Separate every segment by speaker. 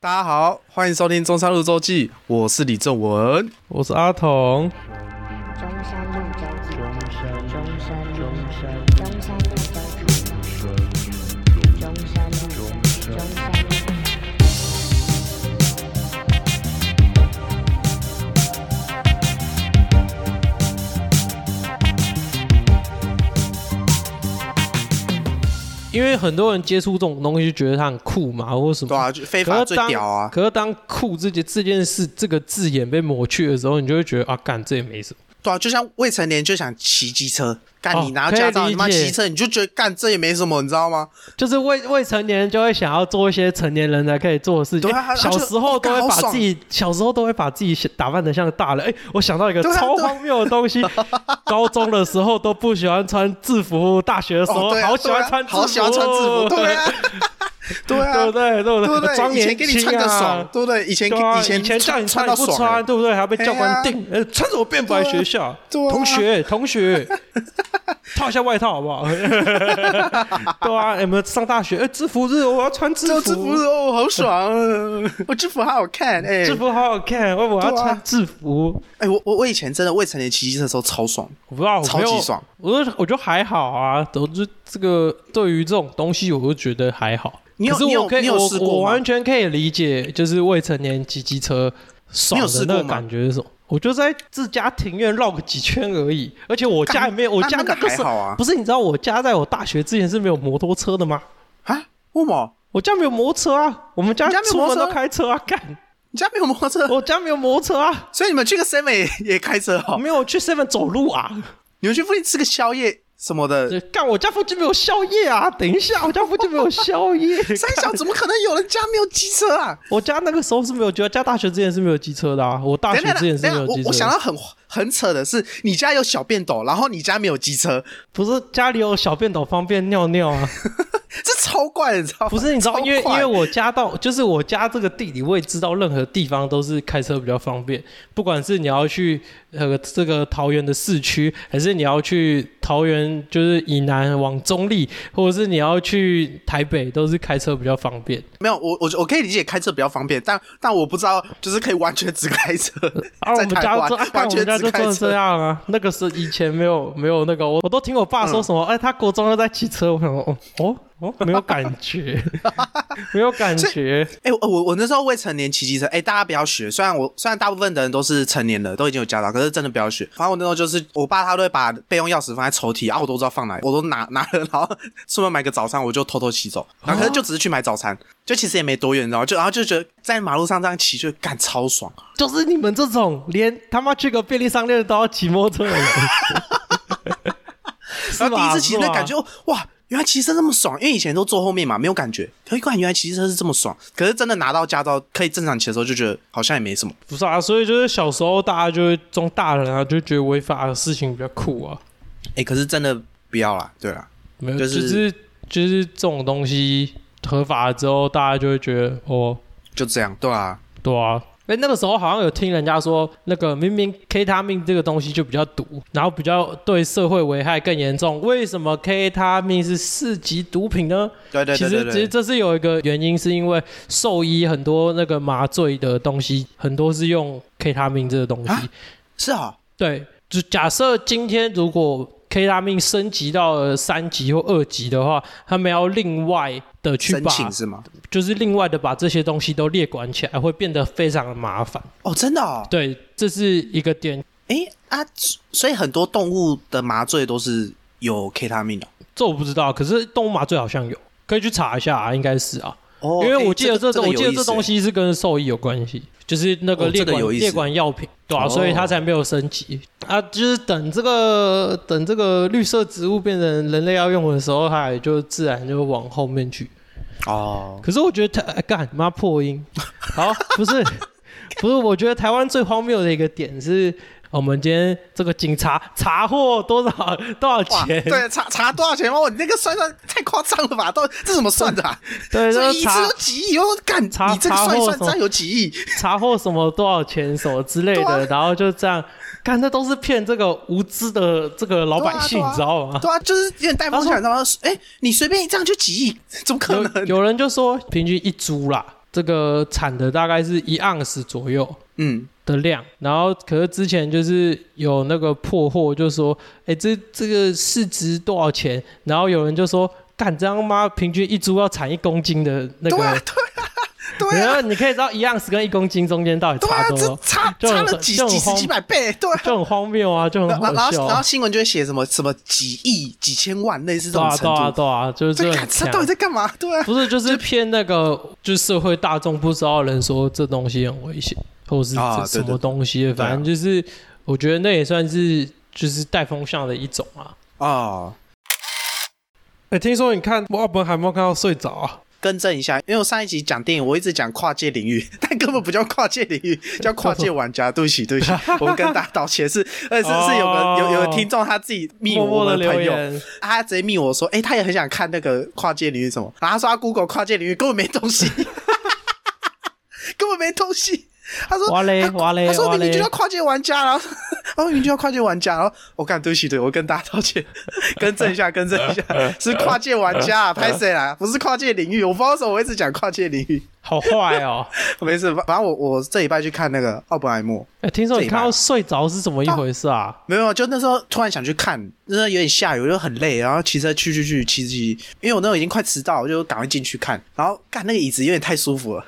Speaker 1: 大家好，欢迎收听《中山路周记》，我是李正文。
Speaker 2: 我是阿童，
Speaker 3: 中山路周记，中山路，中山路周记，中山路，中山路。
Speaker 2: 因为很多人接触这种东西就觉得它很酷嘛，或者什
Speaker 1: 对
Speaker 2: 么。
Speaker 1: 啊，就非
Speaker 2: 可
Speaker 1: 法
Speaker 2: 是
Speaker 1: 最
Speaker 2: 当
Speaker 1: 屌啊！
Speaker 2: 可是当酷这件这件事这个字眼被抹去的时候，你就会觉得啊，干这也没什么。
Speaker 1: 对啊，就像未成年就想骑机车，干
Speaker 2: 哦
Speaker 1: 你拿
Speaker 2: 可以
Speaker 1: 驾照
Speaker 2: 理
Speaker 1: 你妈
Speaker 2: 解
Speaker 1: 骑车，你就觉得干这也没什么，你知道吗？
Speaker 2: 就是未未成年人就会想要做一些成年人才可以做的事情。
Speaker 1: 对啊他
Speaker 2: 小
Speaker 1: 他就
Speaker 2: 时候都
Speaker 1: 哦干
Speaker 2: 会
Speaker 1: 好
Speaker 2: 把
Speaker 1: 爽
Speaker 2: 自己小时候都会把自己打扮的像大人。哎、我想到一个
Speaker 1: 对啊
Speaker 2: 超
Speaker 1: 对啊
Speaker 2: 荒谬的 东西，高中的时候都不喜欢穿制服，大学的时候、
Speaker 1: 哦，对啊，
Speaker 2: 好喜
Speaker 1: 对
Speaker 2: 欢
Speaker 1: 啊
Speaker 2: 穿制服，
Speaker 1: 好喜欢穿制 服，对啊，对
Speaker 2: 对不
Speaker 1: 啊，
Speaker 2: 对？对
Speaker 1: 对
Speaker 2: 不
Speaker 1: 不
Speaker 2: 对？
Speaker 1: 对？
Speaker 2: 装
Speaker 1: 以前
Speaker 2: 年
Speaker 1: 给你穿
Speaker 2: 轻
Speaker 1: 个
Speaker 2: 啊
Speaker 1: 爽，。对不对？以前
Speaker 2: 对啊，
Speaker 1: 以前
Speaker 2: 叫你
Speaker 1: 穿
Speaker 2: 你
Speaker 1: 到
Speaker 2: 不
Speaker 1: 爽
Speaker 2: 穿，
Speaker 1: 了，
Speaker 2: 对不对？还被教官
Speaker 1: 嘿啊
Speaker 2: 定，呃，穿什么便服来学校？
Speaker 1: 对啊
Speaker 2: 同学，同学，套一下外套好不好？ 对啊，有没有上大学？哎，制服日我要穿制
Speaker 1: 这制服
Speaker 2: 服，
Speaker 1: 哦，好爽啊！ 我制服好好看，哎，
Speaker 2: 制服好好看，我我要
Speaker 1: 对啊
Speaker 2: 穿制服。
Speaker 1: 哎，我我我以前真的未成年骑机车的时候超爽，
Speaker 2: 我不知道，我
Speaker 1: 超
Speaker 2: 没有
Speaker 1: 级爽。
Speaker 2: 我就我觉得还好啊，我就这个对于这种东西，我就觉得还好。
Speaker 1: 你有
Speaker 2: 可是
Speaker 1: 你有
Speaker 2: 我可以，
Speaker 1: 你有
Speaker 2: 我
Speaker 1: 试过吗
Speaker 2: 我完全可以理解，就是未成年骑机车
Speaker 1: 你
Speaker 2: 爽
Speaker 1: 有
Speaker 2: 的
Speaker 1: 试过
Speaker 2: 那
Speaker 1: 吗
Speaker 2: 个感觉是什么？我就在自家庭院绕个几圈而已，而且我家也没有，我
Speaker 1: 那
Speaker 2: 家
Speaker 1: 那个
Speaker 2: 个
Speaker 1: 还
Speaker 2: 是
Speaker 1: 好啊
Speaker 2: 不是？你知道我家在我大学之前是没有摩托车的吗？
Speaker 1: 啊！为什么？
Speaker 2: 我家没有摩托车啊，我们家
Speaker 1: 你家没有
Speaker 2: 出
Speaker 1: 摩托
Speaker 2: 门
Speaker 1: 车
Speaker 2: 都开车啊，干！
Speaker 1: 你家没有摩托车？
Speaker 2: 我家没有摩托车啊，
Speaker 1: 所以你们去个 seven 也也开车哦，
Speaker 2: 没有去 seven 走路啊，
Speaker 1: 你们去附近吃个宵夜什么的，
Speaker 2: 干！我家附近没有宵夜啊，等一下，我家附近没有宵夜，
Speaker 1: 三小怎么可能有人家没有机车啊？
Speaker 2: 我家那个时候是没有机车，家大学之前是没有机车的啊。我大
Speaker 1: 等
Speaker 2: 学
Speaker 1: 一下
Speaker 2: 之
Speaker 1: 等一
Speaker 2: 前是
Speaker 1: 下，
Speaker 2: 没有
Speaker 1: 我
Speaker 2: 机车的。啊
Speaker 1: 我想到很很扯的是，你家有小便斗，然后你家没有机车，
Speaker 2: 不是家里有小便斗方便尿 尿啊？
Speaker 1: 这超怪的，你知道吗？
Speaker 2: 不是，你知道，因为
Speaker 1: 超
Speaker 2: 因
Speaker 1: 怪
Speaker 2: 为我家到就是我家这个地理位置到任何地方都是开车比较方便，不管是你要去呃这个桃园的市区，还是你要去桃园就是以南往中立，或者是你要去台北，都是开车比较方便。
Speaker 1: 没有我我我可以理解开车比较方便，但但我不知道就是可以完全只开车，
Speaker 2: 啊，我
Speaker 1: 在
Speaker 2: 们
Speaker 1: 台
Speaker 2: 家
Speaker 1: 湾
Speaker 2: 做， 啊干
Speaker 1: 完
Speaker 2: 我们
Speaker 1: 全
Speaker 2: 家
Speaker 1: 只
Speaker 2: 就
Speaker 1: 开
Speaker 2: 做成这
Speaker 1: 车。
Speaker 2: 样啊。那个是以前没有没有那个，我我都听我爸说什
Speaker 1: 嗯
Speaker 2: 么，哎，他国中又在骑车，我想说，哦哦哦，没有感觉， 没有感觉。
Speaker 1: 哎、我我我那时候未成年骑机车，哎、大家不要学。虽然我虽然大部分的人都是成年了，都已经有驾照，可是真的不要学。反正我那时候就是，我爸他都会把备用钥匙放在抽屉，啊，我都不知道放哪里，我都拿拿了，然后出门买个早餐，我就偷偷骑走。然后可是就只是去买早餐，就其实也没多远，你知道吗？就然后就觉得在马路上这样骑，就干超爽。
Speaker 2: 就是你们这种连他妈去个便利商店都要骑摩托车的 人，
Speaker 1: 然
Speaker 2: 是
Speaker 1: 后
Speaker 2: 吧
Speaker 1: 第一次骑，
Speaker 2: 是吧
Speaker 1: 那感觉哇，原来骑车那么爽，因为以前都坐后面嘛，没有感觉。可是突然原来骑车是这么爽。可是真的拿到驾照可以正常骑的时候，就觉得好像也没什么。
Speaker 2: 不是啊？所以就是小时候大家就会中大人啊，就觉得违法的事情比较酷啊。
Speaker 1: 哎、可是真的不要啦，对啦。
Speaker 2: 没有，
Speaker 1: 就
Speaker 2: 就是是就是这种东西合法了之后，大家就会觉得哦，
Speaker 1: 就这样，对啊，
Speaker 2: 对啊，哎、那个时候好像有听人家说，那个明明 K 他命这个东西就比较毒，然后比较对社会危害更严重，为什么 K 他命是四级毒品呢？
Speaker 1: 对对对对
Speaker 2: 其实其实
Speaker 1: 对，
Speaker 2: 这是有一个原因，是因为兽医很多那个麻醉的东西，很多是用 K 他命这个东西。
Speaker 1: 啊是啊、
Speaker 2: 对，就假设今天如果 K 他命升级到了三级或二级的话，他们要另外的去
Speaker 1: 申
Speaker 2: 把，
Speaker 1: 请是吗？
Speaker 2: 就是另外的把这些东西都列管起来，会变得非常的麻烦。
Speaker 1: 哦，真的哦，
Speaker 2: 对，这是一个点。
Speaker 1: 哎啊，所以很多动物的麻醉都是有哦 K 他命的
Speaker 2: 这我不知道，可是动物麻醉好像有，可以去查一下、啊，应该是啊，
Speaker 1: 哦
Speaker 2: 因为
Speaker 1: 诶
Speaker 2: 我记得
Speaker 1: 这
Speaker 2: 这、
Speaker 1: 个
Speaker 2: 我记得这东
Speaker 1: 西
Speaker 2: 西是跟兽医有关系，就是那个
Speaker 1: 哦
Speaker 2: 列
Speaker 1: 这个
Speaker 2: 管、
Speaker 1: 有意思
Speaker 2: 列管药品，对啊，
Speaker 1: 哦
Speaker 2: 所以它才没有升级啊。就是等这个等这个绿色植物变成人类要用的时候，它也就自然就往后面去。
Speaker 1: 哦，
Speaker 2: 可是我觉得台哎干妈破音，好不是不是，我觉得台湾最荒谬的一个点是。我们今天这个警察查获多少多少
Speaker 1: 哇，
Speaker 2: 钱？
Speaker 1: 对，查查多少钱吗？哇，你那个算算太夸张了吧？到底这怎么算的、啊？
Speaker 2: 对，
Speaker 1: 这
Speaker 2: 就
Speaker 1: 一
Speaker 2: 是
Speaker 1: 次
Speaker 2: 查
Speaker 1: 都几亿哦，干，
Speaker 2: 查
Speaker 1: 你这个算一
Speaker 2: 查获
Speaker 1: 算，
Speaker 2: 什么
Speaker 1: 这样有几亿？
Speaker 2: 查获什么多少钱什么之类的，
Speaker 1: 对啊
Speaker 2: 然后就这样，干那都是骗这个无知的这个老百姓，
Speaker 1: 对啊对啊
Speaker 2: 你知道吗？
Speaker 1: 对啊，就是有点带风向，然后哎，诶你随便这样就几亿，怎么可能？
Speaker 2: 有有人就说平均一株啦，这个产的大概是一盎司左右
Speaker 1: 嗯，
Speaker 2: 的量，然后可是之前就是有那个破获，就说，哎，这这个市值多少钱？然后有人就说，干这样妈平均一株要产一公斤的那个，
Speaker 1: 对啊，对
Speaker 2: 然
Speaker 1: 啊，
Speaker 2: 后 你可以知道一盎司跟一公斤中间到底
Speaker 1: 对
Speaker 2: 差
Speaker 1: 啊，
Speaker 2: 多
Speaker 1: 这
Speaker 2: 少，
Speaker 1: 差
Speaker 2: 就很
Speaker 1: 差了几
Speaker 2: 就很
Speaker 1: 几十
Speaker 2: 荒
Speaker 1: 几百倍，对啊。
Speaker 2: 就很荒谬啊，就
Speaker 1: 然
Speaker 2: 很
Speaker 1: 后然
Speaker 2: 好
Speaker 1: 后
Speaker 2: 笑
Speaker 1: 然后
Speaker 2: 啊。
Speaker 1: 新闻就会写什么什么几亿、几千万，类似这
Speaker 2: 对
Speaker 1: 种
Speaker 2: 啊，
Speaker 1: 程
Speaker 2: 对啊，
Speaker 1: 度。
Speaker 2: 对啊，就是这
Speaker 1: 这
Speaker 2: 个
Speaker 1: 看
Speaker 2: 很
Speaker 1: 这
Speaker 2: 强
Speaker 1: 到底在干嘛？对 啊，
Speaker 2: 不是，就是骗那个，就是社会大众不知道的人说这东西很危险，或是
Speaker 1: 啊
Speaker 2: 这
Speaker 1: 对
Speaker 2: 什
Speaker 1: 对
Speaker 2: 么东西，
Speaker 1: 对啊
Speaker 2: 反正就是，我觉得那也算是就是带风向的一种啊。
Speaker 1: 哦，
Speaker 2: 哎、听说你看我奥本海默看到睡着啊？
Speaker 1: 更正一下，因为我上一集讲电影，我一直讲跨界领域， 但根本不叫跨界领域，叫跨界玩家。对不起，对不起，我跟大家道歉。是，呃，是是有个有有个听众他自己密
Speaker 2: 默
Speaker 1: 我
Speaker 2: 默的
Speaker 1: 们的
Speaker 2: 留
Speaker 1: 朋友，
Speaker 2: 言，
Speaker 1: 他直接密我说，哎、他也很想看那个跨界领域什么，然后他说他啊 Google 跨界领域根本没东西， 根本没东西。他说
Speaker 2: 哇嘞
Speaker 1: 他
Speaker 2: 哇嘞
Speaker 1: 他说
Speaker 2: 哇
Speaker 1: 明明就
Speaker 2: 嘞
Speaker 1: 叫跨界玩家，然后他说明明就叫跨界玩家，然后我干对不起，对我跟大家道歉，更正一下，更正一下，是跨界玩家、啊，拍谁啦？不是跨界领域，我不知道为什么我一直讲跨界领域，
Speaker 2: 好坏 哦！
Speaker 1: 没事，反反正我我这礼拜去看那个奥本海默，
Speaker 2: 哎、听说
Speaker 1: 这
Speaker 2: 你
Speaker 1: 一
Speaker 2: 看
Speaker 1: 半
Speaker 2: 到睡着是怎么一回事啊？
Speaker 1: 没有，就那时候突然想去看，那时候有点下雨，我就很累，然后骑车去去去骑骑，因为我那时候已经快迟到，我就赶快进去看，然后干那个椅子有点太舒服了，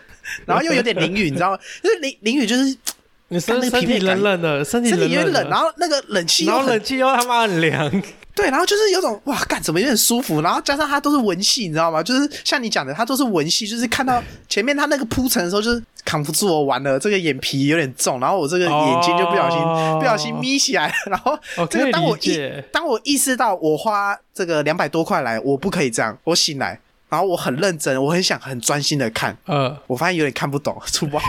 Speaker 1: 然后又有点淋雨，你知道吗？就是淋淋雨就是
Speaker 2: 你身
Speaker 1: 刚那个
Speaker 2: 身
Speaker 1: 疲惫
Speaker 2: 体
Speaker 1: 感
Speaker 2: 冷冷的，身体
Speaker 1: 身体
Speaker 2: 冷
Speaker 1: 有点
Speaker 2: 冷的，
Speaker 1: 冷，然后那个冷气
Speaker 2: 然
Speaker 1: 又
Speaker 2: 后
Speaker 1: 很
Speaker 2: 冷气又他妈很凉，
Speaker 1: 对，然后就是有种哇，干怎么有点舒服，然后加上它都是文戏，你知道吗？就是像你讲的，它都是文戏，就是看到前面它那个铺陈的时候，就是扛不住哦我完了，这个眼皮有点重，然后我这个眼睛就不小心、
Speaker 2: 哦
Speaker 1: 不小心眯起来了，然后
Speaker 2: 哦
Speaker 1: 这
Speaker 2: 可
Speaker 1: 个
Speaker 2: 以
Speaker 1: 当我
Speaker 2: 理
Speaker 1: 意
Speaker 2: 解
Speaker 1: 当我意识到我花这个两百多块来，我不可以这样，我醒来，然后我很认真，我很想很专心的看，
Speaker 2: 呃，
Speaker 1: 我发现有点看不懂， 出包。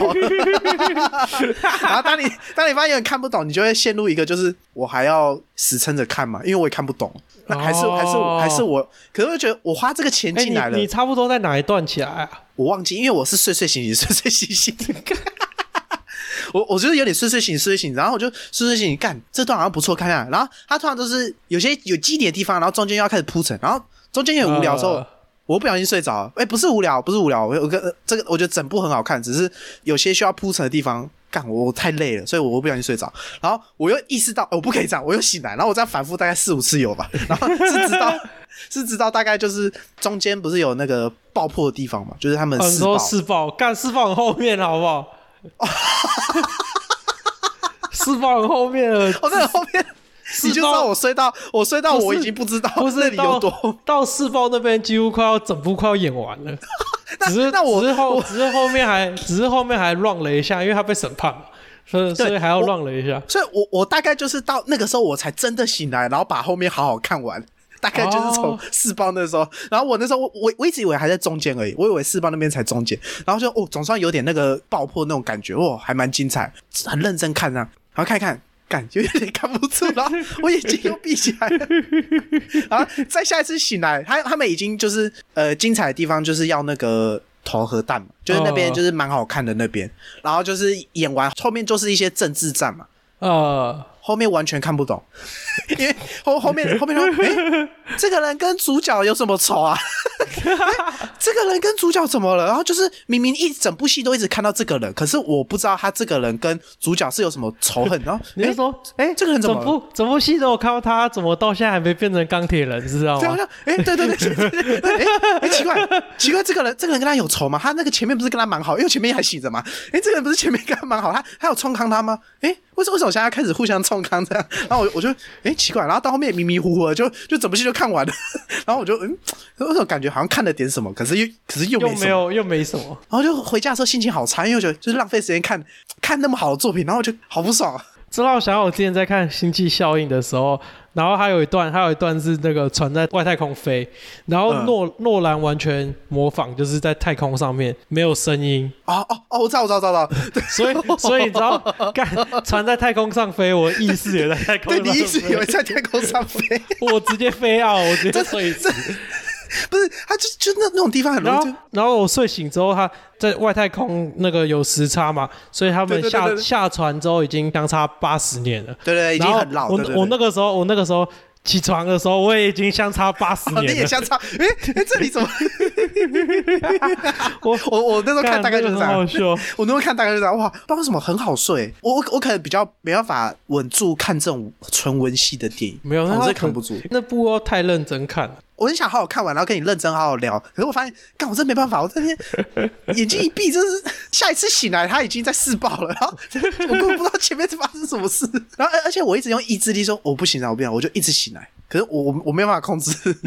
Speaker 1: 然后当你当你发现有点看不懂，你就会陷入一个就是我还要死撑着看嘛，因为我也看不懂。那还是、
Speaker 2: 哦
Speaker 1: 还是我还是我，可是我觉得我花这个钱
Speaker 2: 哎、
Speaker 1: 进来了，
Speaker 2: 你你差不多在哪一段起来啊？
Speaker 1: 我忘记，因为我是睡睡醒醒睡睡醒醒。 我我觉得有点睡睡醒睡睡醒，然后我就睡睡醒醒干这段好像不错，看看。然后它通常都是有些有基点的地方，然后中间又要开始铺陈，然后中间哎有点无聊的时候，
Speaker 2: 呃
Speaker 1: 我不小心睡着了，哎、不是无聊，不是无聊，我我跟、呃这个我觉得整部很好看，只是有些需要铺陈的地方，干我我太累了，所以我不小心睡着，然后我又意识到、呃我不可以这样，我又醒来，然后我这样反复大概四五次有吧， 然后是直到是直到大概就是中间不是有那个爆破的地方嘛，就是他们
Speaker 2: 哦，你
Speaker 1: 试爆，
Speaker 2: 说试爆，干试爆很后面了好不 好？试爆很后面了，
Speaker 1: 哦，那后面
Speaker 2: 试
Speaker 1: 你就知道
Speaker 2: 爆
Speaker 1: 我睡到我睡到
Speaker 2: 不是
Speaker 1: 我已经不知道
Speaker 2: 不
Speaker 1: 那
Speaker 2: 是
Speaker 1: 里
Speaker 2: 到
Speaker 1: 有多，
Speaker 2: 到试爆那边几乎快要整部快要演完了，只 是
Speaker 1: 那我
Speaker 2: 只是后只是后面还只是后面还乱了一下，因为他被审判嘛，所以所以还要
Speaker 1: 我
Speaker 2: 乱了一下。
Speaker 1: 所以我我大概就是到那个时候我才真的醒来，然后把后面好好看完。大概就是从
Speaker 2: 哦
Speaker 1: 四包那时候，然后我那时候我我我一直以为还在中间而已，我以为四包那边才中间，然后就哦总算有点那个爆破那种感觉，哦还蛮精彩，很认真看这样，然后看一看，感觉有点看不出，然后我眼睛又闭起来了，然后再下一次醒来，他他们已经就是呃精彩的地方就是要那个投核弹嘛，就是那边
Speaker 2: 哦
Speaker 1: 就是蛮好看的那边，然后就是演完后面就是一些政治战嘛，
Speaker 2: 呃，
Speaker 1: 后面完全看不懂， 因为后后面后面 说，哎、这个人跟主角有什么仇啊？ 诶这个人跟主角怎么了？然后就是明明一整部戏都一直看到这个人，可是我不知道他这个人跟主角是有什么仇恨。然后
Speaker 2: 你是说，
Speaker 1: 哎、诶这个人怎
Speaker 2: 整
Speaker 1: 么了？
Speaker 2: 部整部戏都有看到他，怎么到现在还没变成钢铁人，知道
Speaker 1: 对，
Speaker 2: 吗
Speaker 1: 好？像哎，对对对对 对对，哎哎，奇怪奇怪，这个人这个人跟他有仇吗？他那个前面不是跟他蛮好，因为前面还醒着嘛。哎，这个人不是前面跟他蛮好，他他有冲康他吗？哎，为什么为什么现在开始互相冲康这样？然后我我就哎奇怪，然后到后面迷迷糊糊的，就就整部戏就看完了。然后我就嗯，为什么感觉好像看了点什么，可是又可是又
Speaker 2: 又
Speaker 1: 没什
Speaker 2: 没
Speaker 1: 么。
Speaker 2: 有又没什么，
Speaker 1: 然后就回家的时候心情好差，因为我觉得就是浪费时间看看那么好的作品，然后我就好不爽啊。
Speaker 2: 知道想我之前在看《星际效应》的时候，然后还有一段，还有一段是那个船在外太空飞，然后
Speaker 1: 嗯
Speaker 2: 诺、诺兰完全模仿，就是在太空上面没有声音，
Speaker 1: 哦哦哦，我知道我知道我知道， 对
Speaker 2: 所以所以你知道，干船在太空上飞，我意识也在太空
Speaker 1: 对，
Speaker 2: 上
Speaker 1: 你一直以
Speaker 2: 飞，
Speaker 1: 为在天空上飞。
Speaker 2: 我直接飞啊，我直接睡死。
Speaker 1: 不是，他就就那那种地方很容
Speaker 2: 然
Speaker 1: 易
Speaker 2: 后
Speaker 1: 就，
Speaker 2: 然后我睡醒之后，他在外太空那个有时差嘛，所以他
Speaker 1: 对对
Speaker 2: 们
Speaker 1: 对
Speaker 2: 下
Speaker 1: 对对
Speaker 2: 下船之后已经相差八十年了。
Speaker 1: 对对，已经
Speaker 2: 然后
Speaker 1: 很老，
Speaker 2: 我
Speaker 1: 对对对
Speaker 2: 我那个时候，我那个时候起床的时候我也已经相差八十
Speaker 1: 哦，
Speaker 2: 年
Speaker 1: 你也
Speaker 2: 了。
Speaker 1: 相差，哎、哎，这里怎么？
Speaker 2: 我
Speaker 1: 我我那时候看大概就是这
Speaker 2: 干
Speaker 1: 样，
Speaker 2: 那个很好笑。
Speaker 1: 我那时候看大概就是这样，哇，不知道为什么很好睡。我我我可能比较没办法稳住看这种纯文戏的电影，
Speaker 2: 没有，那
Speaker 1: 我
Speaker 2: 他
Speaker 1: 是
Speaker 2: 可
Speaker 1: 扛不住。
Speaker 2: 那部要太认真看了。
Speaker 1: 我很想好好看完，然后跟你认真好好聊，可是我发现，干，我真没办法，我这 边眼睛一闭，真是下一次醒来他已经在试爆了，然后 我根本不知道前面发生什么事，然后而而且我一直用意志力说我哦不行了，我不行了，啊我就一直醒来。可是我我我没有办法控制，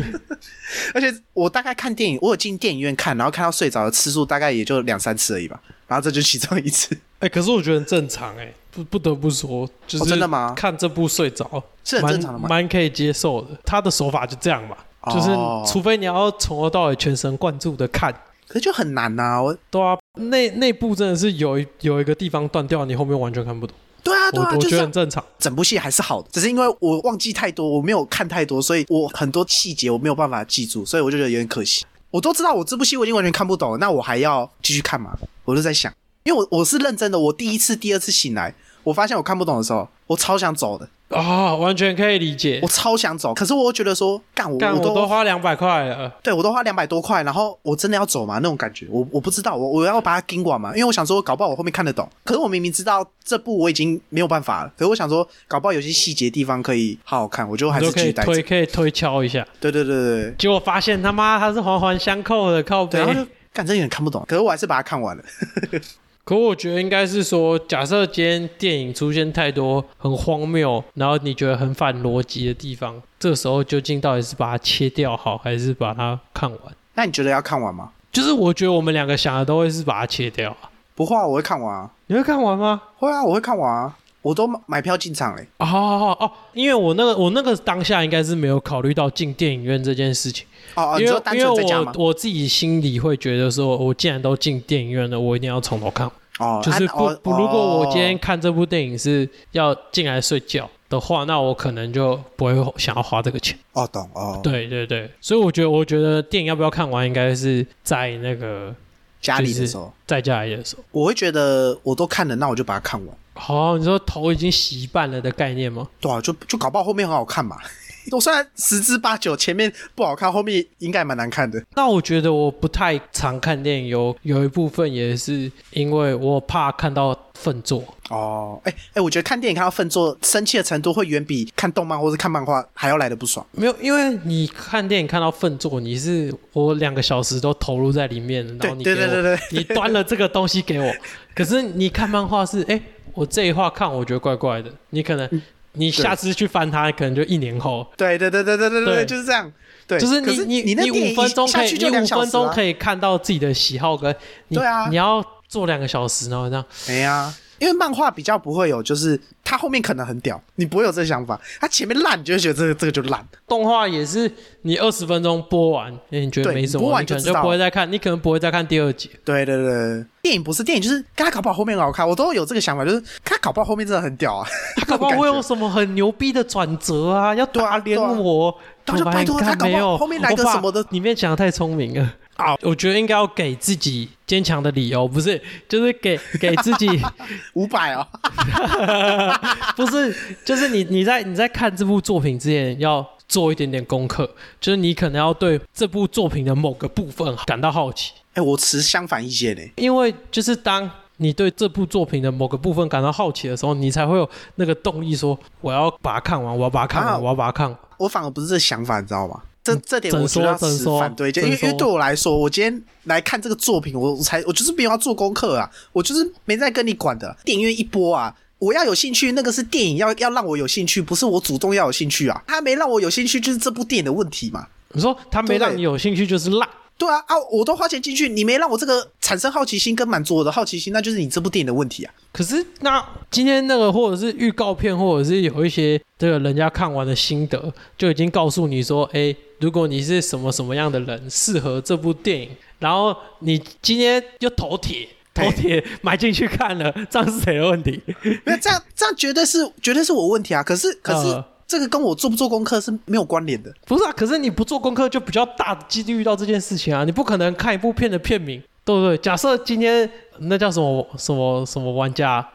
Speaker 1: 而且我大概看电影，我有进电影院看，然后看到睡着的次数大概也就两三次而已吧，然后这就其中一次，
Speaker 2: 哎、可是我觉得很正常哎、不不得不说，就是、
Speaker 1: 哦真的吗
Speaker 2: 看这部睡着
Speaker 1: 是很正常的吗
Speaker 2: 蛮蛮可以接受的。他的手法就这样嘛，
Speaker 1: 哦
Speaker 2: 就是除非你要从头到尾全神贯注的看，
Speaker 1: 可是就很难呐、我
Speaker 2: 对啊，那那部真的是有一有一个地方断掉，你后面完全看不懂，
Speaker 1: 对啊对
Speaker 2: 我
Speaker 1: 啊，
Speaker 2: 我
Speaker 1: 就是
Speaker 2: 觉
Speaker 1: 这
Speaker 2: 得
Speaker 1: 样
Speaker 2: 很正常。
Speaker 1: 整部戏还是好的，只是因为我忘记太多，我没有看太多，所以我很多细节我没有办法记住，所以我就觉得有点可惜。我都知道我这部戏我已经完全看不懂了，那我还要继续看吗？我就在想，因为我我是认真的，我第一次、第二次醒来，我发现我看不懂的时候，我超想走的，
Speaker 2: 啊、完全可以理解
Speaker 1: 我。超想走，可是我又觉得说，干我
Speaker 2: 干，
Speaker 1: 我
Speaker 2: 我
Speaker 1: 都
Speaker 2: 都花两百块了，
Speaker 1: 对我都花两百多块，然后我真的要走吗？那种感觉，我我不知道，我我要把它盯完嘛，因为我想说，搞不好我后面看得懂，可是我明明知道这部我已经没有办法了，可是我想说，搞不好有些细节地方可以好好看，我就还
Speaker 2: 你
Speaker 1: 是
Speaker 2: 就
Speaker 1: 继
Speaker 2: 可以
Speaker 1: 续待着。
Speaker 2: 推，可以推敲一下。
Speaker 1: 对对对对
Speaker 2: 结果发现他妈它是环环相扣的，靠
Speaker 1: 对，然后
Speaker 2: 背
Speaker 1: 就。干这有点看不懂，可是我还是把它看完了。
Speaker 2: 可我觉得应该是说，假设今天电影出现太多很荒谬，然后你觉得很反逻辑的地方，这时候究竟到底是把它切掉好，还是把它看完？
Speaker 1: 那你觉得要看完吗？
Speaker 2: 就是我觉得我们两个想的都会是把它切掉啊。
Speaker 1: 不会、啊，我会看完啊，
Speaker 2: 你会看完吗？
Speaker 1: 会啊，我会看完啊，我都买买票进场嘞。
Speaker 2: 哦哦哦，因为我那个我那个当下应该是没有考虑到进电影院这件事情，
Speaker 1: 哦哦，你
Speaker 2: 因为
Speaker 1: 说单
Speaker 2: 因为
Speaker 1: 纯在家吗
Speaker 2: 我？我自己心里会觉得说，我既然都进电影院了，我一定要从头看
Speaker 1: 哦，
Speaker 2: 就是
Speaker 1: 啊
Speaker 2: 不
Speaker 1: 哦
Speaker 2: 不，如果我今天
Speaker 1: 哦
Speaker 2: 看这部电影是要进来睡觉的话，那我可能就不会想要花这个钱。
Speaker 1: 哦懂哦，
Speaker 2: 对对对，所以我觉得，我觉得电影要不要看完，应该是在那个
Speaker 1: 家里
Speaker 2: 就
Speaker 1: 的
Speaker 2: 是
Speaker 1: 时候，
Speaker 2: 在家里的时候。
Speaker 1: 我会觉得我都看了，那我就把它看完。
Speaker 2: 好、你说头已经洗一半了的概念吗？
Speaker 1: 对啊，就就搞不好后面很好看嘛。 我虽然十之八九前面不好看，后面应该蛮难看的。
Speaker 2: 那我觉得我不太常看电影，有有一部分也是因为我怕看到粪作。
Speaker 1: 哦，哎、哎、我觉得看电影看到粪作生气的程度，会远比看动漫或是看漫画还要来的不爽。
Speaker 2: 没有，因为你看电影看到粪作，你是我两个小时都投入在里面，然后你给
Speaker 1: 对
Speaker 2: 我，
Speaker 1: 对对对对
Speaker 2: 你端了这个东西 给我。可是你看漫画是，哎、我这一话看我觉得怪怪的，你可
Speaker 1: 嗯
Speaker 2: 能你下次去翻它，可能就一年后，
Speaker 1: 对对对对对对
Speaker 2: 对
Speaker 1: 对，就是这样。对，
Speaker 2: 就是
Speaker 1: 可
Speaker 2: 你
Speaker 1: 是
Speaker 2: 你
Speaker 1: 你那
Speaker 2: 你
Speaker 1: 电影
Speaker 2: 五分钟
Speaker 1: 下
Speaker 2: 可以，
Speaker 1: 去就
Speaker 2: 你
Speaker 1: 两
Speaker 2: 五
Speaker 1: 小
Speaker 2: 分
Speaker 1: 时、
Speaker 2: 钟
Speaker 1: 啊
Speaker 2: 可。以看到自己的喜好跟你，
Speaker 1: 对啊
Speaker 2: 你要做两个小时，然后这样。
Speaker 1: 没啊，因为漫画比较不会有，就是它后面可能很屌，你不会有这个想法。它前面烂，你就会觉得这个这个就烂。
Speaker 2: 动画也是你二十分钟播完，哎你觉得
Speaker 1: 对
Speaker 2: 没什
Speaker 1: 你播
Speaker 2: 么，
Speaker 1: 完
Speaker 2: 你可能
Speaker 1: 就知
Speaker 2: 就
Speaker 1: 道
Speaker 2: 不会再看，你可能不会再看第二集。
Speaker 1: 对对对对，电影不是电影，就是它搞不好后面很好看，我都有这个想法，就是它搞不好后面真的很屌啊。
Speaker 2: 他搞不 好会有什么很牛逼的转折啊，要打脸
Speaker 1: 对啊对啊
Speaker 2: 我。我
Speaker 1: 拜托
Speaker 2: 把你
Speaker 1: 他搞不好
Speaker 2: 干没有
Speaker 1: 后面来个
Speaker 2: 我怕
Speaker 1: 什么的
Speaker 2: 里面讲的太聪明了啊！我觉得应该要给自己坚强的理由，不是，就是给给自己，
Speaker 1: 五百哦，
Speaker 2: 不是，就是你你在你在看这部作品之前要。做一点点功课，就是你可能要对这部作品的某个部分感到好奇，
Speaker 1: 哎、我持相反意见呢、
Speaker 2: 因为就是当你对这部作品的某个部分感到好奇的时候，你才会有那个动力说我要把它看完，我要把它看完，
Speaker 1: 啊
Speaker 2: 我要把它看完。
Speaker 1: 我反而不是这想法，你知道吗？这这点
Speaker 2: 怎
Speaker 1: 我觉得要
Speaker 2: 嗯说怎
Speaker 1: 持
Speaker 2: 说
Speaker 1: 反对意见，因为
Speaker 2: 怎
Speaker 1: 因
Speaker 2: 说
Speaker 1: 为对我来说，我今天来看这个作品，我我才我就是没有要做功课啊，我就是没在跟你管的。电影院一播啊，我要有兴趣，那个是电影要要让我有兴趣，不是我主动要有兴趣啊。他没让我有兴趣，就是这部电影的问题嘛。
Speaker 2: 你说他没让你有兴趣就是烂，
Speaker 1: 对啊啊，我都花钱进去，你没让我这个产生好奇心跟满足我的好奇心，那就是你这部电影的问题啊。
Speaker 2: 可是那今天那个或者是预告片，或者是有一些这个人家看完的心得，就已经告诉你说，哎，如果你是什么什么样的人，适合这部电影，然后你今天又头铁。头铁买进去看了，这样是谁的问题？
Speaker 1: 没有这样，这样绝对是绝对是我问题啊。可是可是
Speaker 2: 呃
Speaker 1: 这个跟我做不做功课是没有关联的。
Speaker 2: 不是啊，可是你不做功课，就比较大的几率遇到这件事情啊。你不可能看一部片的片名，对不对？假设今啊天那叫什么什么什么玩家，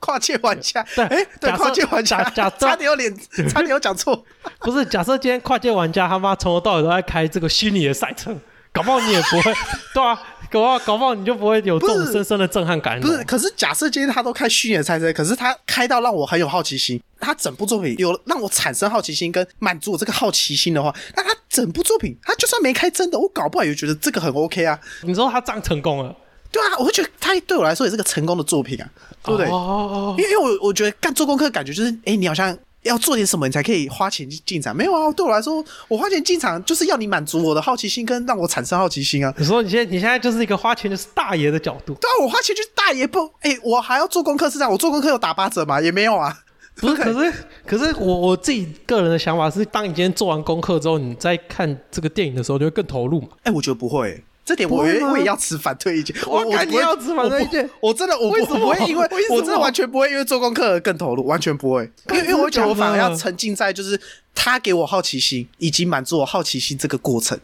Speaker 1: 跨界玩家，
Speaker 2: 对
Speaker 1: 哎，对，
Speaker 2: 假设
Speaker 1: 跨界玩家，
Speaker 2: 假假设
Speaker 1: 差点有脸，差点有讲 错，
Speaker 2: 不是，假设今天跨界玩家他妈从头到尾都在开这个虚拟的赛车，搞不好你也不会， 对啊，搞不好搞不好你就不会有这
Speaker 1: 不
Speaker 2: 种
Speaker 1: 是
Speaker 2: 深深的震撼感。
Speaker 1: 不是，可是假设今天他都开虚拟的赛车，可是他开到让我很有好奇心，他整部作品有让我产生好奇心跟满足我这个好奇心的话，那他整部作品他就算没开真的，我搞不好也觉得这个很 OK 啊，
Speaker 2: 你说他这样成功了，
Speaker 1: 对啊，我会觉得他对我来说也是个成功的作品啊，对不对？
Speaker 2: 哦，
Speaker 1: 因为因为我我觉得干做功课感觉就是，哎、你好像要做点什么，你才可以花钱进场。没有啊，对我来说，我花钱进场就是要你满足我的好奇心，跟让我产生好奇心啊。
Speaker 2: 你说你现在你现在就是一个花钱就是大爷的角度，
Speaker 1: 对啊，我花钱就是大爷不，哎、我还要做功课是这样，我做功课有打八折吗？也没有啊。
Speaker 2: 不是？可是可是我我自己个人的想法是，当你今天做完功课之后，你再看这个电影的时候，就会更投入嘛。
Speaker 1: 哎、我觉得不会、这点
Speaker 2: 不
Speaker 1: 我
Speaker 2: 会
Speaker 1: 也
Speaker 2: 吗
Speaker 1: 我也要持反对意见，
Speaker 2: 哇
Speaker 1: 我我
Speaker 2: 干
Speaker 1: 不会
Speaker 2: 你要持反对意见
Speaker 1: 我不我真的我不
Speaker 2: 为什
Speaker 1: 我不
Speaker 2: 么
Speaker 1: 会因为
Speaker 2: 为什么
Speaker 1: 我真的完全不会因为做功课而更投入，完全不会，因为因为我觉得我反而要沉浸在就是他给我好奇心以及满足我好奇心这个过程，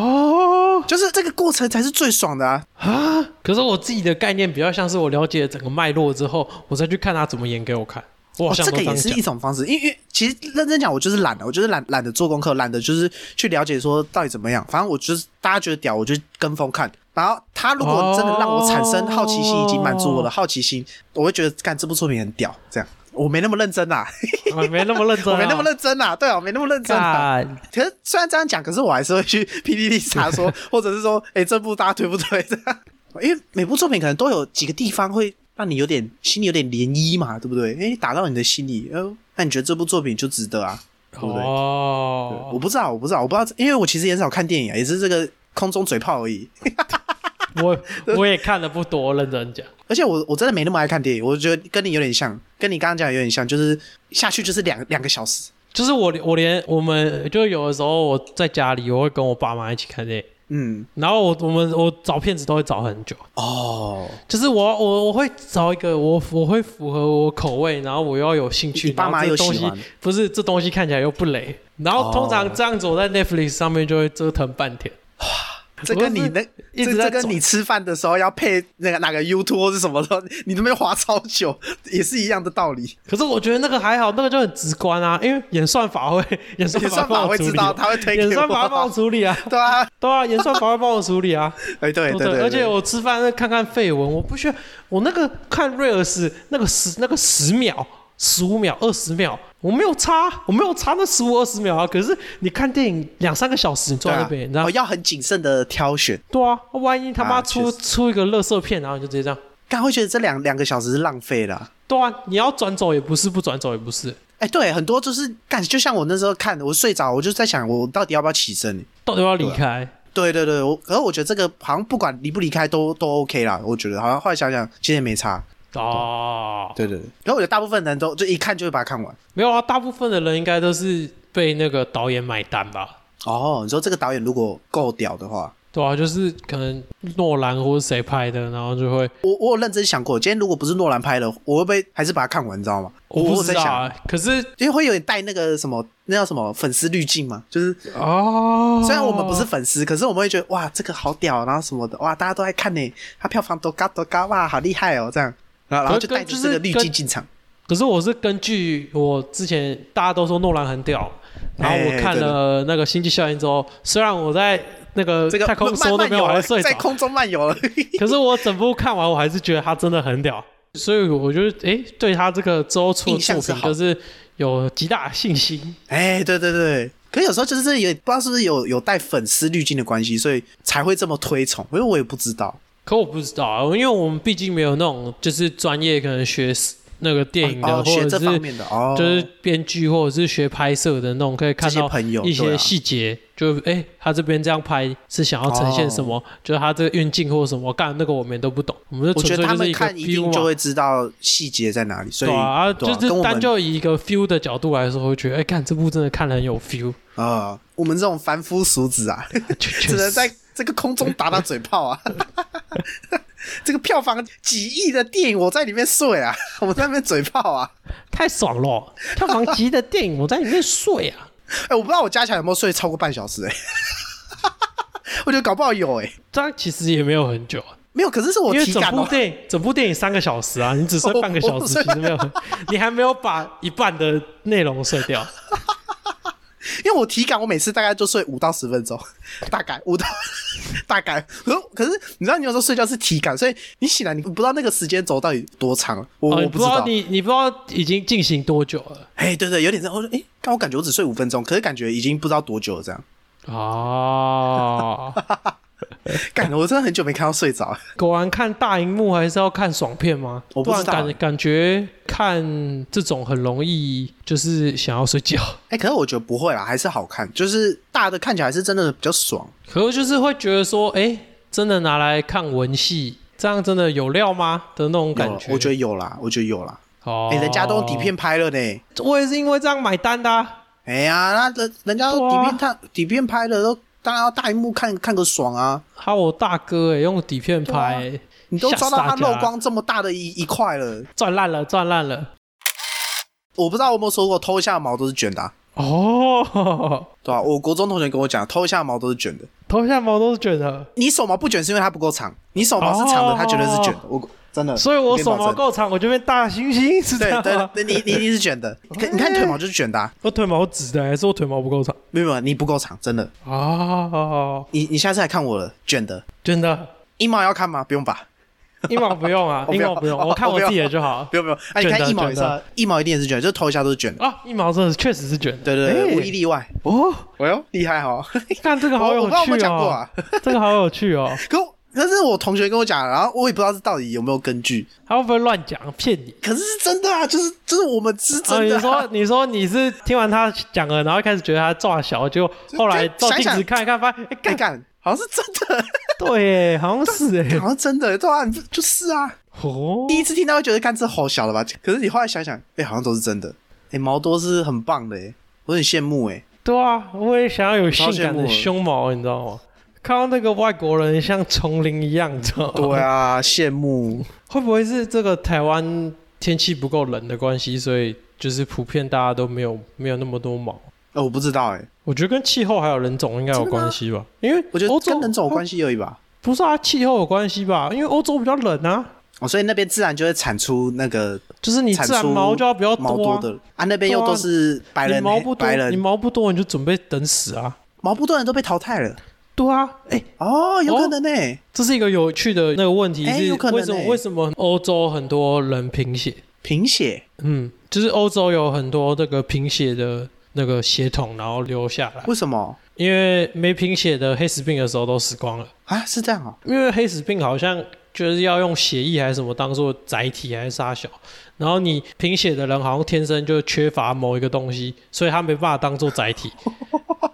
Speaker 2: 哦
Speaker 1: 就是这个过程才是最爽的啊！
Speaker 2: 啊！可是我自己的概念比较像是我了解整个脉络之后，我再去看他怎么演给我看。我好
Speaker 1: 哦，
Speaker 2: 像
Speaker 1: 这
Speaker 2: 都
Speaker 1: 个
Speaker 2: 样
Speaker 1: 也是
Speaker 2: 讲
Speaker 1: 一种方式，因为因为其实认真讲，我就是懒了，我就是懒懒得做功课，懒得就是去了解说到底怎么样。反正我就是大家觉得屌，我就跟风看。然后他如果真的让我产生好奇心以及满足
Speaker 2: 哦
Speaker 1: 我的好奇心，我会觉得干这部作品很屌。这样我没那么认真啦、
Speaker 2: 啊，没那么认真、
Speaker 1: 我
Speaker 2: 啊，
Speaker 1: 没那么认真啦、对啊，我没那么认真、啊。
Speaker 2: 干
Speaker 1: 可是虽然这样讲，可是我还是会去 PPT 查说，或者是说，哎、这部大家推不推？这样，因为每部作品可能都有几个地方会让你有点心里有点涟漪嘛，对不对？哎、打到你的心里，呃，那你觉得这部作品就值得啊？对不对？对
Speaker 2: 哦
Speaker 1: 我，不知道，我不知道，我不知道，因为我其实也很少看电影、啊，也是这个空中嘴炮而已。
Speaker 2: 我我也看的不多，认真讲。
Speaker 1: 而且我我真的没那么爱看电影，我觉得跟你有点像，跟你刚刚讲的有点像，就是下去就是两两个小时。
Speaker 2: 就是我我连我们就有的时候我在家里我会跟我爸妈一起看电影，
Speaker 1: 嗯，
Speaker 2: 然后我我们我找片子都会找很久，
Speaker 1: 哦，
Speaker 2: 就是我我我会找一个我我会符合我口味，然后我又要有兴趣，
Speaker 1: 你爸妈
Speaker 2: 然后这
Speaker 1: 又
Speaker 2: 东
Speaker 1: 喜
Speaker 2: 西
Speaker 1: 欢
Speaker 2: 不是这东西看起来又不雷，然后通常这样子我在 Netflix 上面就会折腾半天，
Speaker 1: 这跟你那
Speaker 2: 一
Speaker 1: 这
Speaker 2: 直在
Speaker 1: 这跟
Speaker 2: 转
Speaker 1: 你吃饭的时候要配那个哪个 YouTube 或是什么的， 你那边划超久 也是一样的道理。
Speaker 2: 可是我觉得那个还好，那个就很直观啊，因为演算法会 演算
Speaker 1: 演算法
Speaker 2: 帮我
Speaker 1: 会
Speaker 2: 处理
Speaker 1: 知道，
Speaker 2: 啊
Speaker 1: 他会推给我。
Speaker 2: 演算法会帮我处 理啊，
Speaker 1: 对啊，
Speaker 2: 对啊，演算法会帮我处理啊。
Speaker 1: 哎对
Speaker 2: 对
Speaker 1: 对对，
Speaker 2: 而且
Speaker 1: 对
Speaker 2: 我吃饭看看绯闻，我不需要我那个看瑞尔斯那个十那个十秒、十五秒、二十秒，我没有差，我没有差那十五二十秒啊。可是你看电影两三个小时，你坐
Speaker 1: 对
Speaker 2: 在那
Speaker 1: 啊
Speaker 2: 边，然后
Speaker 1: 哦要很谨慎的挑选，
Speaker 2: 对啊，万一他妈
Speaker 1: 啊
Speaker 2: 出
Speaker 1: 确
Speaker 2: 出一个垃圾片，然后你就直接这样，
Speaker 1: 刚会觉得这两两个小时是浪费了啊。
Speaker 2: 对啊，你要转走也不是，不转走也不是，
Speaker 1: 哎，对，很多就是干，就像我那时候看，我睡着，我就在想，我到底要不要起身？
Speaker 2: 到底要不要离开？
Speaker 1: 对对对，我可是我觉得这个好像不管离不离开都都 OK 啦，我觉得好像后来想想其实也没差。
Speaker 2: 哦，
Speaker 1: 对对对，然后我觉得大部分人都就一看就会把它看完。
Speaker 2: 没有啊，大部分的人应该都是被那个导演买单吧。
Speaker 1: 哦，你说这个导演如果够屌的话，
Speaker 2: 对啊，就是可能诺兰或者谁拍的，然后就会
Speaker 1: 我我有认真想过，今天如果不是诺兰拍的，我会不会还是把它看完，你知道吗？
Speaker 2: 我
Speaker 1: 我
Speaker 2: 不
Speaker 1: 有
Speaker 2: 知
Speaker 1: 在
Speaker 2: 道
Speaker 1: 想，
Speaker 2: 啊。可是
Speaker 1: 因为会有点带那个什么，那叫什么粉丝滤镜嘛，就是
Speaker 2: 哦，
Speaker 1: 虽然我们不是粉丝，可是我们会觉得哇，这个好屌，啊然后什么的，哇，大家都爱看呢，它票房多高多高，哇，好厉害哦，这样，然后然后就带着这个滤镜进场。
Speaker 2: 可是我是根据我之前大家都说诺兰很屌，然后我
Speaker 1: 哎
Speaker 2: 看
Speaker 1: 对的
Speaker 2: 了那个《星际效应》之后，虽然我在那个
Speaker 1: 这个
Speaker 2: 呃太空
Speaker 1: 慢
Speaker 2: 梭那
Speaker 1: 慢
Speaker 2: 边我
Speaker 1: 游
Speaker 2: 还
Speaker 1: 了，
Speaker 2: 睡着
Speaker 1: 在，空中漫游了，
Speaker 2: 可是我整部看完我还是觉得他真的很屌，所以我就哎对他这个之后出的
Speaker 1: 印象
Speaker 2: 作
Speaker 1: 是
Speaker 2: 品
Speaker 1: 好
Speaker 2: 就是有极大的信心。
Speaker 1: 哎，对对对。可是有时候就是这有不知道是不是有有带粉丝滤镜的关系，所以才会这么推崇，因为我也不知道。
Speaker 2: 可我不知道啊，因为我们毕竟没有那种就是专业可能学那个电影的，
Speaker 1: 哦，
Speaker 2: 或
Speaker 1: 学
Speaker 2: 者
Speaker 1: 这
Speaker 2: 是
Speaker 1: 方面的哦，
Speaker 2: 就是编剧或者是学拍摄的那种，可以看
Speaker 1: 这
Speaker 2: 到
Speaker 1: 些朋友对
Speaker 2: 一些
Speaker 1: 啊
Speaker 2: 细节，就哎、他这边这样拍是想要呈现什么，就是他这个运镜或什么，干那个我们也都不懂，我们就
Speaker 1: 哦我觉
Speaker 2: 纯
Speaker 1: 得他
Speaker 2: 粹就是
Speaker 1: 们
Speaker 2: 一个
Speaker 1: 看一定
Speaker 2: feel
Speaker 1: 就
Speaker 2: 嘛
Speaker 1: 会。知道细节在哪里，所以
Speaker 2: 对啊，
Speaker 1: 对
Speaker 2: 就
Speaker 1: 跟
Speaker 2: 是
Speaker 1: 我
Speaker 2: 单
Speaker 1: 们
Speaker 2: 就以一个 feel 的角度来说，会觉得哎，看这部真的看了很有 feel，
Speaker 1: 啊，我们这种凡夫俗子啊，
Speaker 2: 就
Speaker 1: 只能在这个空中打打嘴炮 啊。这个票房几亿的电影，我在里面睡啊， 我在那边嘴炮啊。
Speaker 2: 太爽了，票房级的电影，我在里面睡啊，
Speaker 1: 哎、我不知道我加起来有没有睡 超过半小时哎、我觉得搞不好有哎、
Speaker 2: 这样其实也没有很久啊，
Speaker 1: 没有，可是是我
Speaker 2: 因为
Speaker 1: 体
Speaker 2: 整
Speaker 1: 感
Speaker 2: 部
Speaker 1: 哦。
Speaker 2: 电影 整部电影三个小时啊，你只剩半 个小时，其实没有，你还没有把一半的内容睡掉。
Speaker 1: 因为我体感，我每次大概就睡五到十分钟， 大概五到 大概。可是可是你知道，你有时候睡觉是体感，所以你醒来你不知道那个时间轴到底多长，我、
Speaker 2: 哦，你
Speaker 1: 我
Speaker 2: 不
Speaker 1: 知
Speaker 2: 知道
Speaker 1: 道。
Speaker 2: 你你不知道已经进行多久了
Speaker 1: 哎、对对，有点这样。我说，哎、但我感觉我只睡五分钟，可是感觉已经不知道多久了。这样，
Speaker 2: 哦。
Speaker 1: 感我真的很久没看到睡着了。
Speaker 2: 果然看大荧幕还是要看爽片吗？
Speaker 1: 我不知道
Speaker 2: 然
Speaker 1: 欸
Speaker 2: 感感觉看这种很容易就是想要睡觉，
Speaker 1: 哎、可是我觉得不会啦，还是好看，就是大的看起来是真的比较爽。
Speaker 2: 可是就是会觉得说，哎、真的拿来看文戏，这样真的有料吗的那种
Speaker 1: 有
Speaker 2: 感
Speaker 1: 了
Speaker 2: 觉？
Speaker 1: 我觉得有啦，我觉得有啦。
Speaker 2: 哦
Speaker 1: 哎、人家都用底片，拍了呢。
Speaker 2: 我也是因为这样买单的、啊。
Speaker 1: 哎呀，那人人家都
Speaker 2: 对啊
Speaker 1: 底片看底片拍的都。当然要大荧幕看看个爽啊！
Speaker 2: 还有我大哥哎、用底片拍、欸
Speaker 1: 你都抓到它
Speaker 2: 吓死大家
Speaker 1: 漏光这么大的一一块了，
Speaker 2: 赚烂了，赚烂了。
Speaker 1: 我不知道我有没有说过，偷一下毛都是卷的啊、
Speaker 2: 哦，
Speaker 1: 对吧、我国中同学跟我讲，偷一下毛都是卷的。
Speaker 2: 头下毛都是卷的，
Speaker 1: 你手毛不卷是因为它不够长，你手毛是长的，
Speaker 2: 哦
Speaker 1: 它绝对是卷的。我真的，
Speaker 2: 所以我手毛
Speaker 1: 跟
Speaker 2: 够长，我就变大猩猩，是
Speaker 1: 你
Speaker 2: 这
Speaker 1: 保证。
Speaker 2: 样
Speaker 1: 对
Speaker 2: 吗
Speaker 1: 对，对你你一定是卷 的。你看你看腿毛就是卷的、啊，
Speaker 2: 我腿毛直的，还是我腿毛不够长？
Speaker 1: 没有没有，你不够长，真的。
Speaker 2: 哦，
Speaker 1: 你你下次来看我了，卷的。
Speaker 2: 真的，
Speaker 1: 一毛要看吗？不用吧，
Speaker 2: 一毛不用啊
Speaker 1: ，我不
Speaker 2: 一
Speaker 1: 要
Speaker 2: 毛不用，
Speaker 1: 我
Speaker 2: 我看
Speaker 1: 不
Speaker 2: 我
Speaker 1: 要
Speaker 2: 自己的 就好。
Speaker 1: 不用不用。哎、啊，你
Speaker 2: 卷
Speaker 1: 看
Speaker 2: 的
Speaker 1: 一毛也是
Speaker 2: 卷
Speaker 1: 啊，一毛一定也是卷的，就是偷一下都是卷的。
Speaker 2: 啊，一毛真的确实是卷的，
Speaker 1: 对对对，
Speaker 2: 哎
Speaker 1: 无一例外。
Speaker 2: 哦，
Speaker 1: 哎呦，厉害哦！
Speaker 2: 看这个好
Speaker 1: 我我
Speaker 2: 有
Speaker 1: 不知道有没有
Speaker 2: 趣
Speaker 1: 讲过
Speaker 2: 哦
Speaker 1: 啊，，
Speaker 2: 这个好有趣哦，
Speaker 1: 可我可是我同学跟我讲，然后我也不知道这到底有没有根据。
Speaker 2: 他会不会乱讲骗你？
Speaker 1: 可是是真的啊，就是就是我们是
Speaker 2: 啊，
Speaker 1: 真
Speaker 2: 你
Speaker 1: 的、
Speaker 2: 说你说你是听完他讲了，然后一开始觉得他抓小，就后来照镜子看一看，发现哎
Speaker 1: 干
Speaker 2: 干
Speaker 1: 干，好像是真的。
Speaker 2: 对耶，好像是哎，
Speaker 1: 好像真的，对啊，你这就是啊，
Speaker 2: 哦
Speaker 1: 第一次听到会觉得干这好小了吧？可是你后来想想，哎、好像都是真的。哎、毛多是很棒的、哎，我很羡慕哎、
Speaker 2: 对啊，我也想要有性
Speaker 1: 超羡
Speaker 2: 感
Speaker 1: 慕
Speaker 2: 的
Speaker 1: 了
Speaker 2: 胸毛，你知道吗？看到那个外国人像丛林一样，你知道吗？
Speaker 1: 对啊，羡慕。
Speaker 2: 会不会是这个台湾天气不够冷的关系，所以就是普遍大家都没有没有那么多毛？
Speaker 1: 呃，我不知道哎、
Speaker 2: 我觉得跟气候还有人种应该有关系吧，因为
Speaker 1: 我觉得
Speaker 2: 欧洲
Speaker 1: 跟人种有关系而已吧。
Speaker 2: 不是啊，气候有关系吧？因为欧洲比较冷啊，
Speaker 1: 哦，所以那边自然就会产出那个
Speaker 2: 就是你
Speaker 1: 产
Speaker 2: 自然
Speaker 1: 出
Speaker 2: 毛就要比较
Speaker 1: 毛
Speaker 2: 啊
Speaker 1: 多的啊，那边又都是白
Speaker 2: 你
Speaker 1: 人，
Speaker 2: 毛不多
Speaker 1: 白，
Speaker 2: 你
Speaker 1: 人
Speaker 2: 毛不多你就准备等死啊！
Speaker 1: 毛不多的人都被淘汰了。
Speaker 2: 对啊，哎、
Speaker 1: 哦，有可能呢、
Speaker 2: 这是一个有趣的那个问题
Speaker 1: 哎
Speaker 2: 是
Speaker 1: 有可能
Speaker 2: 为什么、
Speaker 1: 哎
Speaker 2: 为什么欧洲很多人贫血？
Speaker 1: 贫血
Speaker 2: 嗯，就是欧洲有很多这个贫血的那个血统，然后留下来。
Speaker 1: 为什么
Speaker 2: 因为没贫血的黑死病的时候都死光了，
Speaker 1: 啊？是这样哦、
Speaker 2: 因为黑死病好像就是要用血液还是什么当做载体还是杀小，然后你贫血的人好像天生就缺乏某一个东西，所以他没办法当做载 体，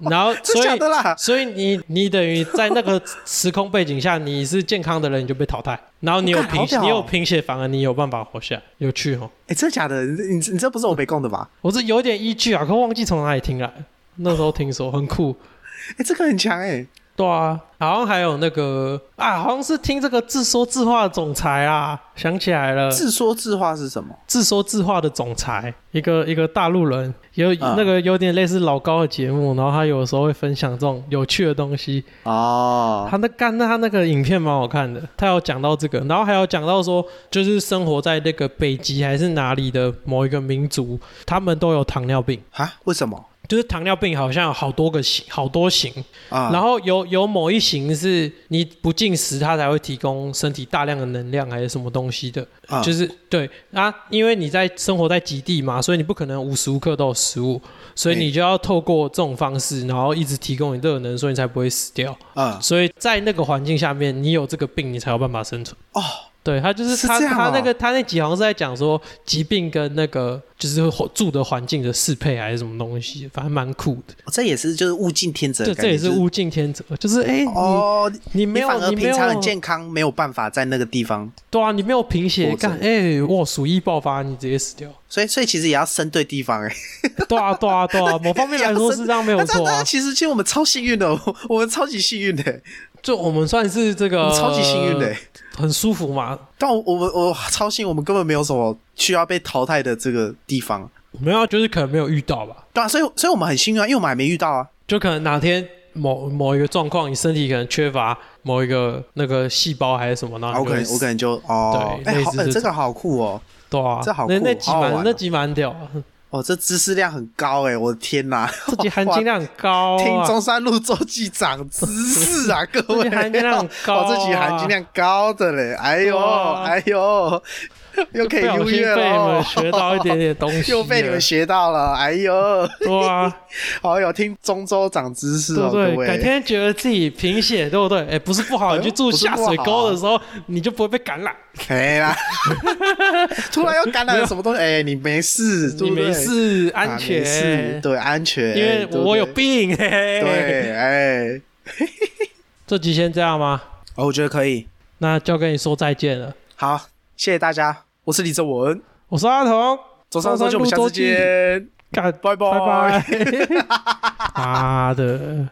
Speaker 2: 然后
Speaker 1: 真
Speaker 2: 所
Speaker 1: 假
Speaker 2: 以
Speaker 1: 的啦？
Speaker 2: 所以你你等于在那个时空背景下，你是健康的人你就被淘汰，然后你有
Speaker 1: 干好
Speaker 2: 贫血，
Speaker 1: 屌哦
Speaker 2: 你有贫血反而你有办法活下来，有趣哦。
Speaker 1: 哎、真的假的？你你你这不是我没供的吧？
Speaker 2: 我是有点依据啊，可忘记从哪里听来，那时候听说很酷。
Speaker 1: 哎、这个很强哎、
Speaker 2: 对啊，好像还有那个啊，好像是听这个自说自话的总裁啊，想起来了，自
Speaker 1: 自说自话是什么？
Speaker 2: 说自话的总裁，一个一个大陆人，有、
Speaker 1: 嗯
Speaker 2: 那个有点类似老高的节目，然后他有时候会分享这种有趣的东西。
Speaker 1: 哦，
Speaker 2: 他那干那他那个影片蛮好看的，他有讲到这个，然后还有讲到说，就是生活在那个北极还是哪里的某一个民族，他们都有糖尿病，
Speaker 1: 啊？为什么
Speaker 2: 就是糖尿病好像有好多个型，好多型。
Speaker 1: 啊？
Speaker 2: 然后有有某一型是你不进食，它才会提供身体大量的能量还是什么东西的，
Speaker 1: 啊
Speaker 2: 就是对啊，因为你在生活在极地嘛，所以你不可能无时无刻都有食物，所以
Speaker 1: 哎
Speaker 2: 你就要透过这种方式，然后一直提供你热能，所以你才不会死掉。
Speaker 1: 啊
Speaker 2: 所以在那个环境下面，你有这个病，你才有办法生存。
Speaker 1: 哦，
Speaker 2: 对他就是
Speaker 1: 是
Speaker 2: 他
Speaker 1: 这样
Speaker 2: 他
Speaker 1: 哦
Speaker 2: 那个他那几行是在讲说疾病跟那个就是住的环境的适配还是什么东西，反正蛮酷的。
Speaker 1: 这也是就是物竞天择的
Speaker 2: 这
Speaker 1: 概
Speaker 2: 这
Speaker 1: 念，
Speaker 2: 也是
Speaker 1: 就
Speaker 2: 物竞天择，就是哎、你
Speaker 1: 哦。
Speaker 2: 你
Speaker 1: 你
Speaker 2: 没有，
Speaker 1: 反而
Speaker 2: 你没
Speaker 1: 平常很
Speaker 2: 有，
Speaker 1: 健康，没有办法在那个地方，
Speaker 2: 对啊，你没有贫血
Speaker 1: 活着
Speaker 2: 干，哎、哇，鼠疫爆发，你直接死掉，
Speaker 1: 所以所以其实也要生对地方哎、
Speaker 2: 对啊，对啊，对啊，某方面来说是这样没有
Speaker 1: 那这样
Speaker 2: 错
Speaker 1: 大
Speaker 2: 啊
Speaker 1: 家，其实其实我们超幸运的，我我们超级幸运的、
Speaker 2: 就我们算是这
Speaker 1: 我
Speaker 2: 个
Speaker 1: 们超级幸运
Speaker 2: 呃
Speaker 1: 的、欸
Speaker 2: 很舒服嘛，
Speaker 1: 但我我们我超幸运，我们根本没有什么需要被淘汰的这个地方，
Speaker 2: 没有啊，就是可能没有遇到吧，
Speaker 1: 对啊，所以所以我们很幸运啊，因为我们还没遇到啊。
Speaker 2: 就可能哪天某某一个状况，你身体可能缺乏某一个那个细胞还是什么，然
Speaker 1: 啊我
Speaker 2: 后你就
Speaker 1: 可
Speaker 2: 会
Speaker 1: 能我
Speaker 2: 死
Speaker 1: 可能就哦，
Speaker 2: 对
Speaker 1: 哎、
Speaker 2: 类
Speaker 1: 好
Speaker 2: 似，
Speaker 1: 哎、
Speaker 2: 这
Speaker 1: 这
Speaker 2: 种
Speaker 1: 个好酷哦，
Speaker 2: 对啊，
Speaker 1: 这好
Speaker 2: 那
Speaker 1: 酷
Speaker 2: 那集
Speaker 1: 好好
Speaker 2: 蛮
Speaker 1: 玩
Speaker 2: 那
Speaker 1: 哦
Speaker 2: 集蛮屌啊，
Speaker 1: 哦，这知识量很高哎、我的天 哪，
Speaker 2: 这集含金量很高、啊，
Speaker 1: 听中山路周记长知识 啊，各
Speaker 2: 这
Speaker 1: 位，
Speaker 2: 集含金量很高 啊
Speaker 1: 哦，这集含金量高的嘞，哎呦，
Speaker 2: 对啊
Speaker 1: 哎 呦，又可以
Speaker 2: 不小
Speaker 1: 优
Speaker 2: 心
Speaker 1: 越
Speaker 2: 被你
Speaker 1: 了哦
Speaker 2: 们，学 到一点点东西，
Speaker 1: 又被你们，学到了，哎呦，
Speaker 2: 对啊，
Speaker 1: 好有听中州长知识
Speaker 2: 对
Speaker 1: 哦，
Speaker 2: 不对
Speaker 1: 各？位，
Speaker 2: 改天觉得自己贫血，对不 对？哎，不是不好，
Speaker 1: 哎呦
Speaker 2: 你去住
Speaker 1: 不是
Speaker 2: 下
Speaker 1: 不好
Speaker 2: 水沟的时候，你就不会被感染，
Speaker 1: 没 啦，哎突然又感染了什么东西，哎，你没事，对
Speaker 2: 你
Speaker 1: 不对
Speaker 2: 没，事，
Speaker 1: 啊
Speaker 2: 安
Speaker 1: 没事
Speaker 2: 全，
Speaker 1: 对，安全，
Speaker 2: 因
Speaker 1: 对
Speaker 2: 为
Speaker 1: 不
Speaker 2: 我有
Speaker 1: 对
Speaker 2: 病，嘿嘿嘿。
Speaker 1: 对，哎，
Speaker 2: 这集先这样吗？
Speaker 1: 哦，我觉得可以，
Speaker 2: 那就要跟你说再见了。
Speaker 1: 好，谢谢大家，我是李哲文，
Speaker 2: 我是阿童，
Speaker 1: 周三周就我们下
Speaker 2: 周
Speaker 1: 次
Speaker 2: 记
Speaker 1: 见。
Speaker 2: 干
Speaker 1: 拜拜
Speaker 2: 拜拜，妈的。